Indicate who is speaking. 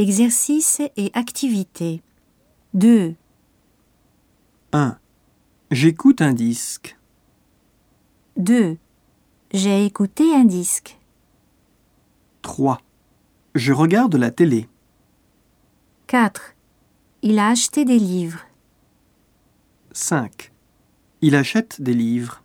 Speaker 1: Exercice et activité. 2,
Speaker 2: 1. J'écoute un disque.
Speaker 1: 2. J'ai écouté un disque.
Speaker 2: 3. Je regarde la télé.
Speaker 1: 4. Il a acheté des livres.
Speaker 2: 5. Il achète des livres.